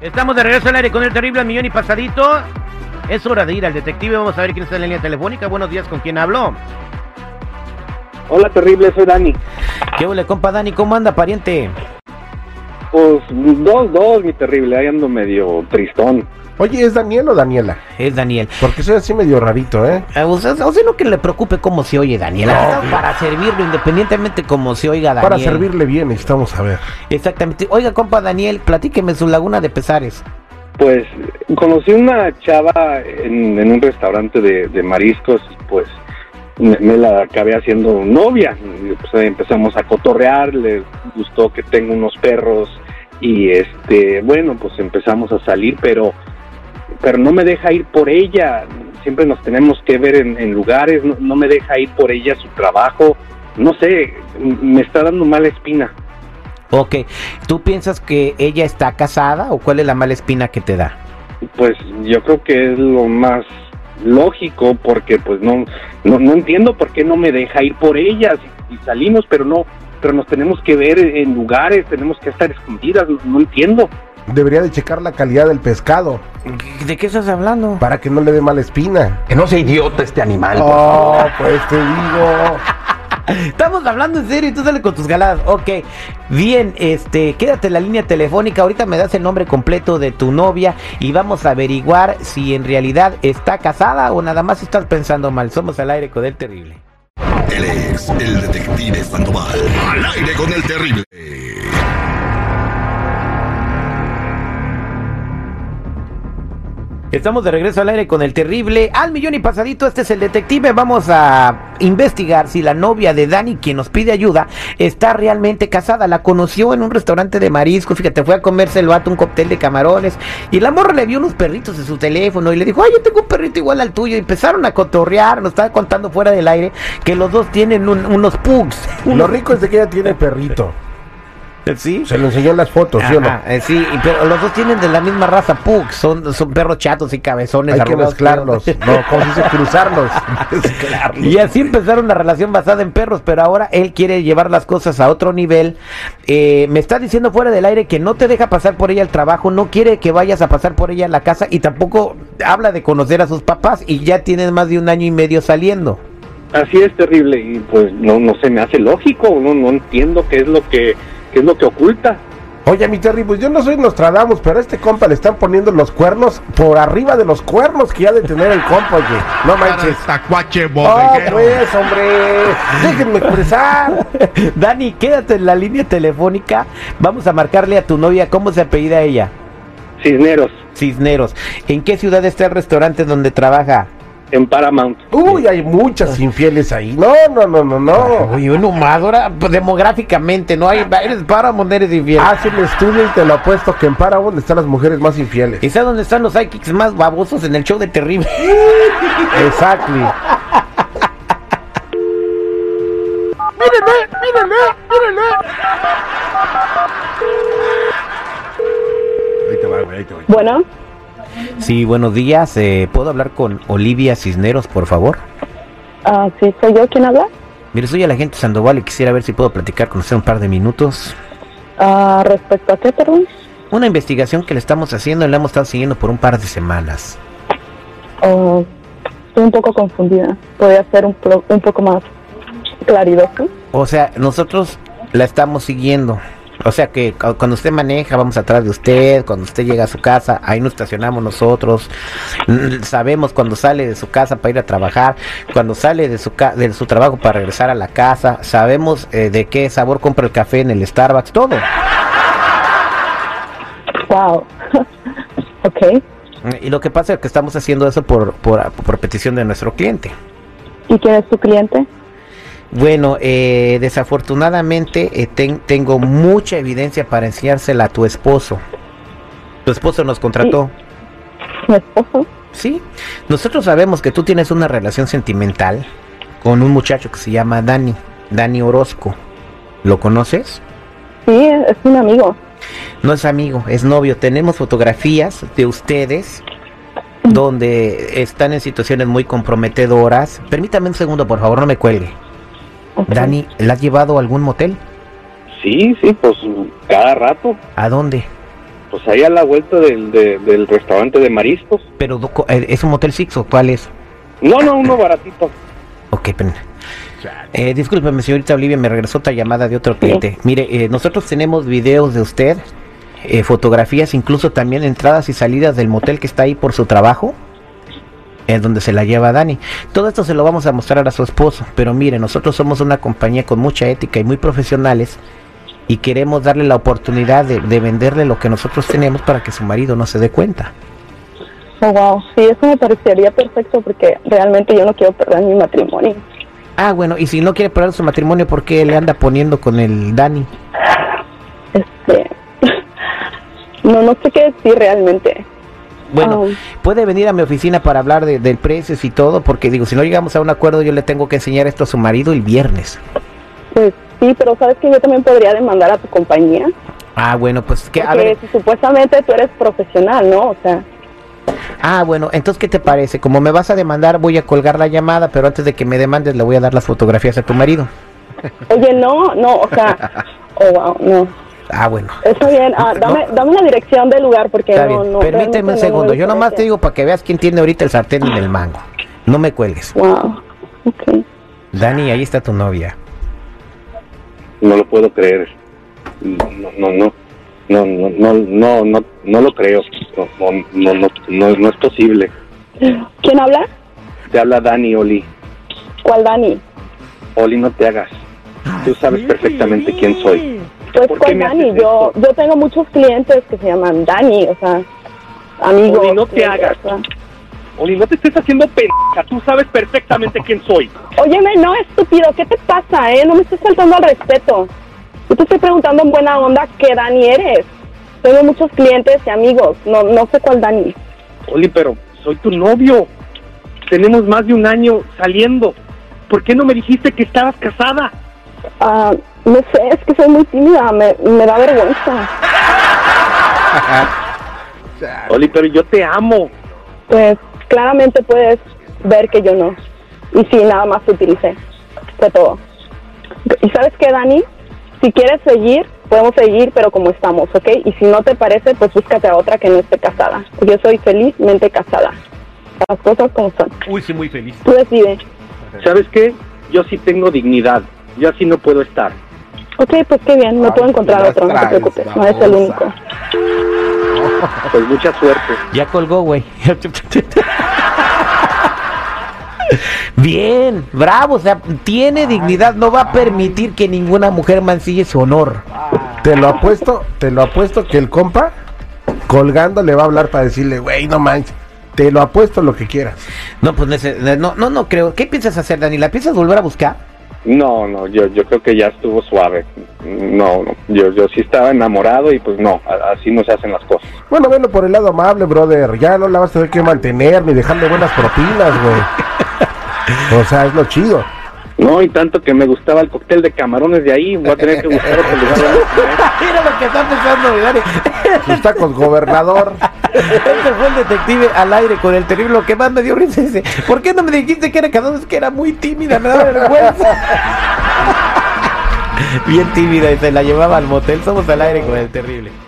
Estamos de regreso al aire con el terrible al millón y pasadito. Es hora de ir al detective. Vamos a ver quién está en la línea telefónica. Buenos días, ¿con quién hablo? Hola, terrible, soy Dani. ¿Qué huele, compa Dani? ¿Cómo anda, pariente? Pues dos, dos, mi terrible. Ahí ando medio tristón. Oye, ¿es Daniel o Daniela? Es Daniel. Porque soy así medio rarito, ¿eh? Eh, o sea, o sea, no que le preocupe cómo se oye Daniel. Estamos Para servirlo, independientemente cómo se oiga Daniel. Para servirle bien necesitamos saber. Exactamente. Oiga, compa Daniel, platíqueme su laguna de pesares. Pues conocí una chava en, en un restaurante de, de mariscos y pues me, me la acabé haciendo novia. Y, Pues ahí empezamos a cotorrear, le gustó que tengo unos perros y este, bueno, pues empezamos a salir, pero pero no me deja ir por ella. Siempre nos tenemos que ver en, en lugares, no, no me deja ir por ella a su trabajo. No sé, m- me está dando mala espina. Ok. ¿Tú piensas que ella está casada o cuál es la mala espina que te da? Pues yo creo que es lo más lógico porque pues no no, no entiendo por qué no me deja ir por ellas y, y salimos pero no pero nos tenemos que ver en lugares tenemos que estar escondidas no, no entiendo Debería de checar la calidad del pescado ¿De qué estás hablando? para que no le dé mala espina. Que no sea idiota este animal. por Oh, pues te digo. Estamos hablando en serio y tú sale con tus galadas. Ok. Bien, este, quédate en la línea telefónica. Ahorita me das el nombre completo de tu novia y vamos a averiguar si en realidad está casada o nada más estás pensando mal. Somos al aire con el terrible. Él es el detective Sandoval. Al aire con el terrible. Estamos de regreso al aire con el terrible al millón y pasadito. Este es el detective. Vamos a investigar si la novia de Dani, quien nos pide ayuda, está realmente casada. La conoció en un restaurante de mariscos. Fíjate, fue a comerse el vato un cóctel de camarones. Y la morra le vio unos perritos en su teléfono y le dijo: Ay, yo tengo un perrito igual al tuyo. Y empezaron a cotorrear. Nos estaba contando fuera del aire que los dos tienen un- unos pugs. Lo rico es de que ella tiene perrito. ¿Sí? Se lo enseñó en las fotos, ¿sí o no? Ajá, eh, sí, y- pero los dos tienen de la misma raza, pugs. Son, son perros chatos y cabezones. Hay que arrugados, mezclarlos. feos. No, ¿cómo se dice? Cruzarlos. Mezclarlos. Y así empezaron la relación basada en perros, pero ahora él quiere llevar las cosas a otro nivel. Eh, me está diciendo fuera del aire que no te deja pasar por ella al trabajo, no quiere que vayas a pasar por ella a la casa y tampoco habla de conocer a sus papás y ya tienen más de un año y medio saliendo. así es terrible y pues no no se me hace lógico no no entiendo qué es lo que qué es lo que oculta Oye, mi Terry, pues yo no soy Nostradamus, pero a este compa le están poniendo los cuernos por arriba de los cuernos que ha de tener el compa, oye. No manches. Tacuache ¡Oh, pues, hombre! ¡Déjenme expresar! Dani, quédate en la línea telefónica. Vamos a marcarle a tu novia cómo se apellida ella. cisneros Cisneros. ¿En qué ciudad está el restaurante donde trabaja? en Paramount Uy, hay muchas infieles ahí. No, no, no, no, no. Oye, uno más, ahora pues, demográficamente, ¿no? Hay, eres para moneres infieles. Haz Ah, el estudio y te lo apuesto que en Paramount están las mujeres más infieles. ¿Y sabes dónde están los sidekicks más babosos en el show de Terrible? Exactly. Bueno, Sí, buenos días. eh, ¿Puedo hablar con Olivia Cisneros, por favor? ah, sí, soy yo quien habla. Mire, soy el agente Sandoval y quisiera ver si puedo platicar con usted un par de minutos. Ah, respecto a qué, perdón. Una investigación que le estamos haciendo y la hemos estado siguiendo por un par de semanas. Oh, estoy un poco confundida. Podría ser un, pro- un poco más claridoso. O sea, nosotros la estamos siguiendo. O sea que cu- cuando usted maneja, vamos atrás de usted. Cuando usted llega a su casa, ahí nos estacionamos nosotros. Mm, Sabemos cuando sale de su casa para ir a trabajar, cuando sale de su, ca- de su trabajo para regresar a la casa. Sabemos eh, de qué sabor compra el café en el Starbucks, todo. Wow. ok. Y lo que pasa es que estamos haciendo eso por, por, por petición de nuestro cliente. ¿Y quién es tu cliente? Bueno, eh, desafortunadamente eh, ten- tengo mucha evidencia para enseñársela a tu esposo. Tu esposo nos contrató. Mi esposo. Sí, nosotros sabemos que tú tienes una relación sentimental con un muchacho que se llama Dani, Dani Orozco. ¿Lo conoces? Sí, es un amigo. No es amigo, es novio. Tenemos fotografías de ustedes donde están en situaciones muy comprometedoras. Permítame un segundo, por favor, no me cuelgue. Ok. Dani, ¿la has llevado a algún motel? sí sí pues cada rato ¿A dónde? Pues, pues ahí a la vuelta del, de- del restaurante de mariscos. Pero doco- eh, es un Motel Six o cuál es? No, no, uno baratito. Ok, pena. Eh, discúlpeme, señorita Olivia, me regresó otra llamada de otro cliente. Mire, eh, nosotros tenemos videos de usted, eh, fotografías, incluso también entradas y salidas del motel que está ahí por su trabajo, en donde se la lleva Dani. Todo esto se lo vamos a mostrar a su esposo, pero mire, nosotros somos una compañía con mucha ética y muy profesionales y queremos darle la oportunidad de, de venderle lo que nosotros tenemos para que su marido no se dé cuenta. Oh, wow. Sí, eso me parecería perfecto porque realmente yo no quiero perder mi matrimonio. Ah, bueno, y si no quiere parar su matrimonio, ¿por qué le anda poniendo con el Dani? Este, no, no sé qué decir realmente. Ah, Bueno, Ay. puede venir a mi oficina para hablar de, del precios y todo, porque digo, si no llegamos a un acuerdo, yo le tengo que enseñar esto a su marido el viernes. Pues sí, pero sabes que yo también podría demandar a tu compañía. Ah, bueno, pues que, a porque ver, si supuestamente tú eres profesional, ¿no? O sea, ah, bueno, entonces, ¿qué te parece? Como me vas a demandar, voy a colgar la llamada, pero antes de que me demandes, le voy a dar las fotografías a tu marido. oye, no, no, o sea, oh, wow, no. Ah, bueno. Está bien, ah, dame, dame la dirección del lugar porque Está no, bien, no. realmente permíteme no un me segundo, yo gusta nomás te ese- digo para que veas quién tiene ahorita el sartén en el mango. No me cuelgues. Wow, ok. Dani, ahí está tu novia. No lo puedo creer. No, no, no. No, no, no, no, no, no lo creo. No, no, no, no, no, no es posible. ¿Quién habla? Te habla Dani, Oli. ¿Cuál Dani? Oli, no te hagas. Tú sabes perfectamente quién soy. Pues ¿Por qué ¿cuál me Dani? haces Yo, esto? yo tengo muchos clientes que se llaman Dani, o sea, amigos. Oye, no te clientes, hagas. o sea. Oli, no te estés haciendo pendeja. Tú sabes perfectamente quién soy. Óyeme, no, estúpido, ¿qué te pasa, eh? No me estés faltando al respeto. Yo te estoy preguntando en buena onda qué Dani eres. Tengo muchos clientes y amigos, no, no sé cuál Dani. Oli, pero soy tu novio. Tenemos más de un año saliendo. ¿Por qué no me dijiste que estabas casada? Ah, no sé, es que soy muy tímida, me, me da vergüenza. Oli, pero yo te amo. Pues claramente puedes ver que yo no. Y sí, nada más te utilicé. Fue todo. ¿Y sabes qué, Dani? Si quieres seguir, podemos seguir, pero como estamos, ¿ok? Y si no te parece, pues búscate a otra que no esté casada. Yo soy felizmente casada. Las cosas como son. Uy, sí, muy feliz. Tú decides. ¿Sabes qué? Yo sí tengo dignidad. Yo así no puedo estar. Ok, pues qué bien, me Ay, puedo tú encontrar las otro, no te traes, preocupes, no eres el babosa. único. Pues mucha suerte. Ya colgó, güey. Bien, bravo, o sea, tiene dignidad, no va a permitir que ninguna mujer mancille su honor. Te lo apuesto, te lo apuesto que el compa colgando le va a hablar para decirle, güey, no manches. Te lo apuesto lo que quieras. No, pues nece- no, no, no creo. ¿Qué piensas hacer, Dani? ¿La piensas volver a buscar? No, no, yo, yo creo que ya estuvo suave. No, no, yo, yo sí estaba enamorado y pues no, a- así no se hacen las cosas. Bueno, velo por el lado amable, brother. Ya no la vas a tener que mantener ni dejarle buenas propinas, güey. O sea, es lo chido. No, y tanto que me gustaba el cóctel de camarones de ahí, voy a tener que buscar otro lugar. donde comer. Mira lo que está pensando, mi Dani. Sus tacos, gobernador. Este fue el detective al aire con el terrible. Lo que más me dio risa es, ¿por qué no me dijiste que era cada Es que era muy tímida, me daba vergüenza. Bien tímida y se la llevaba al motel. Somos al aire con el terrible.